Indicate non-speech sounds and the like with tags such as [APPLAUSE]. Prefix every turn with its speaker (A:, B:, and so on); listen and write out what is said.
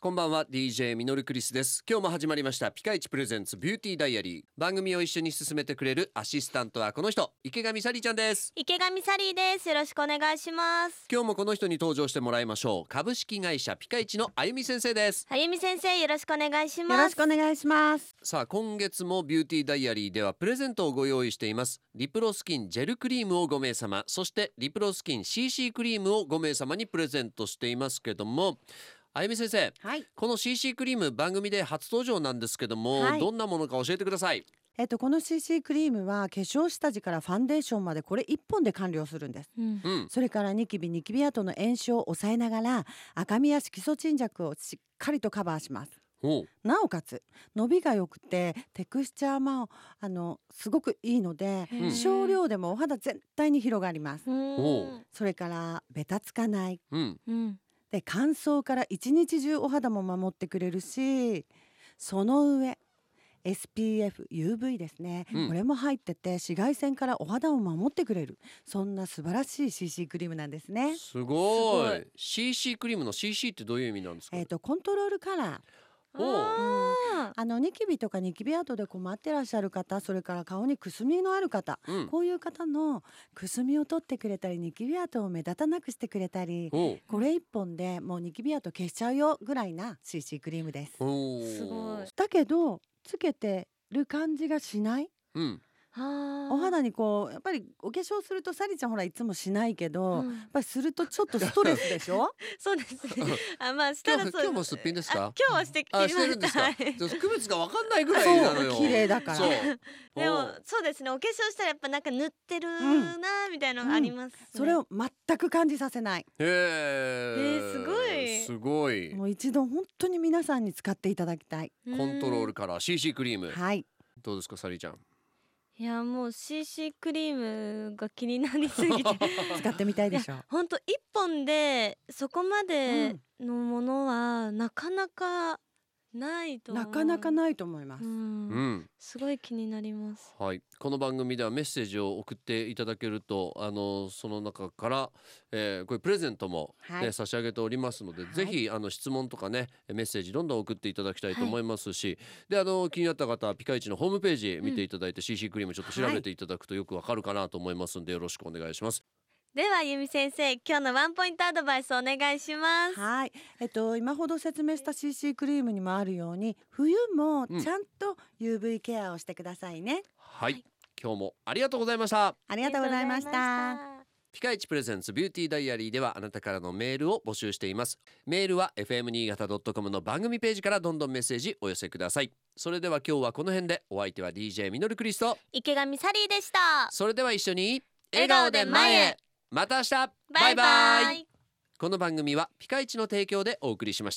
A: こんばんは DJ ミノルクリスです今日も始まりましたピカイチプレゼンツビューティーダイアリー番組を一緒に進めてくれるアシスタントはこの人池上サリーちゃんです
B: 池上サリーですよろしくお願いします
A: 今日もこの人に登場してもらいましょう株式会社ピカイチのあゆみ先生です
B: あゆみ先生よろしくお願いし
C: よろ
B: ま
C: し
B: す
C: くお願いします。
A: さあ今月もビューティーダイアリーではプレゼントをご用意していますリプロスキンジェルクリームを5名様そしてリプロスキン CC クリームを5名様にプレゼントしていますけどもあゆみ先生
C: はい。
A: この CC クリーム番組で初登場なんですけども、
C: はい
A: どんなものか教えてください
C: えっとこの CC クリームは化粧下地からファンデーションまでこれ一本で完了するんです。
B: うん
A: うん、
C: それからニキビニキビ跡の炎症を抑えながら赤みや色素沈着をしっかりとカバーします。
A: おう
C: なおかつ伸びが良くてテクスチャーもあのすごくいいので
A: うん
C: 少量でもお肌全体に広がります。
A: おう
C: それからベタつかない
A: うん、
B: うん
C: で乾燥から一日中お肌も守ってくれるしその上 SPFUV ですね、
A: うん
C: これも入ってて紫外線からお肌を守ってくれるそんな素晴らしい CC クリームなんですね。
A: すごい
B: すごい
A: CC クリームの CC ってどういう意味なんですか、
C: えー、とコントロールカラー
A: おう
B: あ
C: あのニキビとかニキビ跡で困ってらっしゃる方それから顔にくすみのある方
A: うん、
C: こういう方のくすみを取ってくれたりニキビ跡を目立たなくしてくれたり
A: おう
C: これ一本でもうニキビ跡消しちゃうよぐらいな CC クリームです。
A: おう
B: すごい
C: だけどつけてる感じがしない
A: うん
B: ー
C: お肌にこうやっぱりお化粧するとサリちゃんほらいつもしないけど、
B: う
C: やっ
B: ん
C: ぱりするとちょっとストレスでしょ
B: そうですねあまあした
A: 今
B: ら
A: 日
B: そう
A: 今日もすっぴんですか
B: あ今日はしてきま
A: あ
B: し
A: してるんですか、
B: た
A: ちょっと区別がわかんないぐ
C: そ
A: らいなのよ
C: う綺麗だから [LAUGHS]
A: そう
C: そ
B: でも
A: おう
B: そうですねお化粧したらやっぱなんか塗ってる
C: ん
B: なみたいなのありますね
C: れを全く感じさせない
A: へえ
B: ねえすごい
A: すごい
C: もう一度本当に皆さんに使っていただきたい、
B: うん
A: コントロールから CC クリーム
C: はい
A: どうですかサリーちゃん
B: いやもう CC クリームが気になりすぎて
C: 使ってみたいでしょ
B: 本当一本でそこまでのものはなかなかないと思う
C: なかなかないと思います、
B: うん
A: うん
B: すごい気になります
A: はい、この番組ではメッセージを送っていただけるとあのその中から、えー、こういうプレゼントも、ね
C: はい
A: 差し上げておりますので、
C: はい
A: ぜひあの質問とかねメッセージどんどん送っていただきたいと
C: はい
A: 思いますし、であの気になった方はピカイチのホームページ見ていただいて、CC クリームちょっと調べていただくとよくわかるかなと思いますんでよろしくお願いします。
B: ではゆみ先生今日のワンポイントアドバイスお願いします
C: はい、えっと今ほど説明した CC クリームにもあるように冬も
A: うん
C: ちゃんと UV ケアをしてくださいね、
A: はい、
B: はい
A: 今日もありがとうございました。
C: あ
B: あ
C: りがとうございまし
B: りがとうござ
C: た
B: いました
A: ピカイチプレゼンツビューティーダイアリーではあなたからのメールを募集しています。メールは fm 新潟 .com の番組ページからどんどんメッセージお寄せください。それでは今日はこの辺でお相手は DJ ミノルクリスト。
B: 池上サリーでした
A: それでは一緒に
B: 笑顔で前へ
A: また明日
B: バイバイ
A: この番組はピカイチの提供でお送りしました。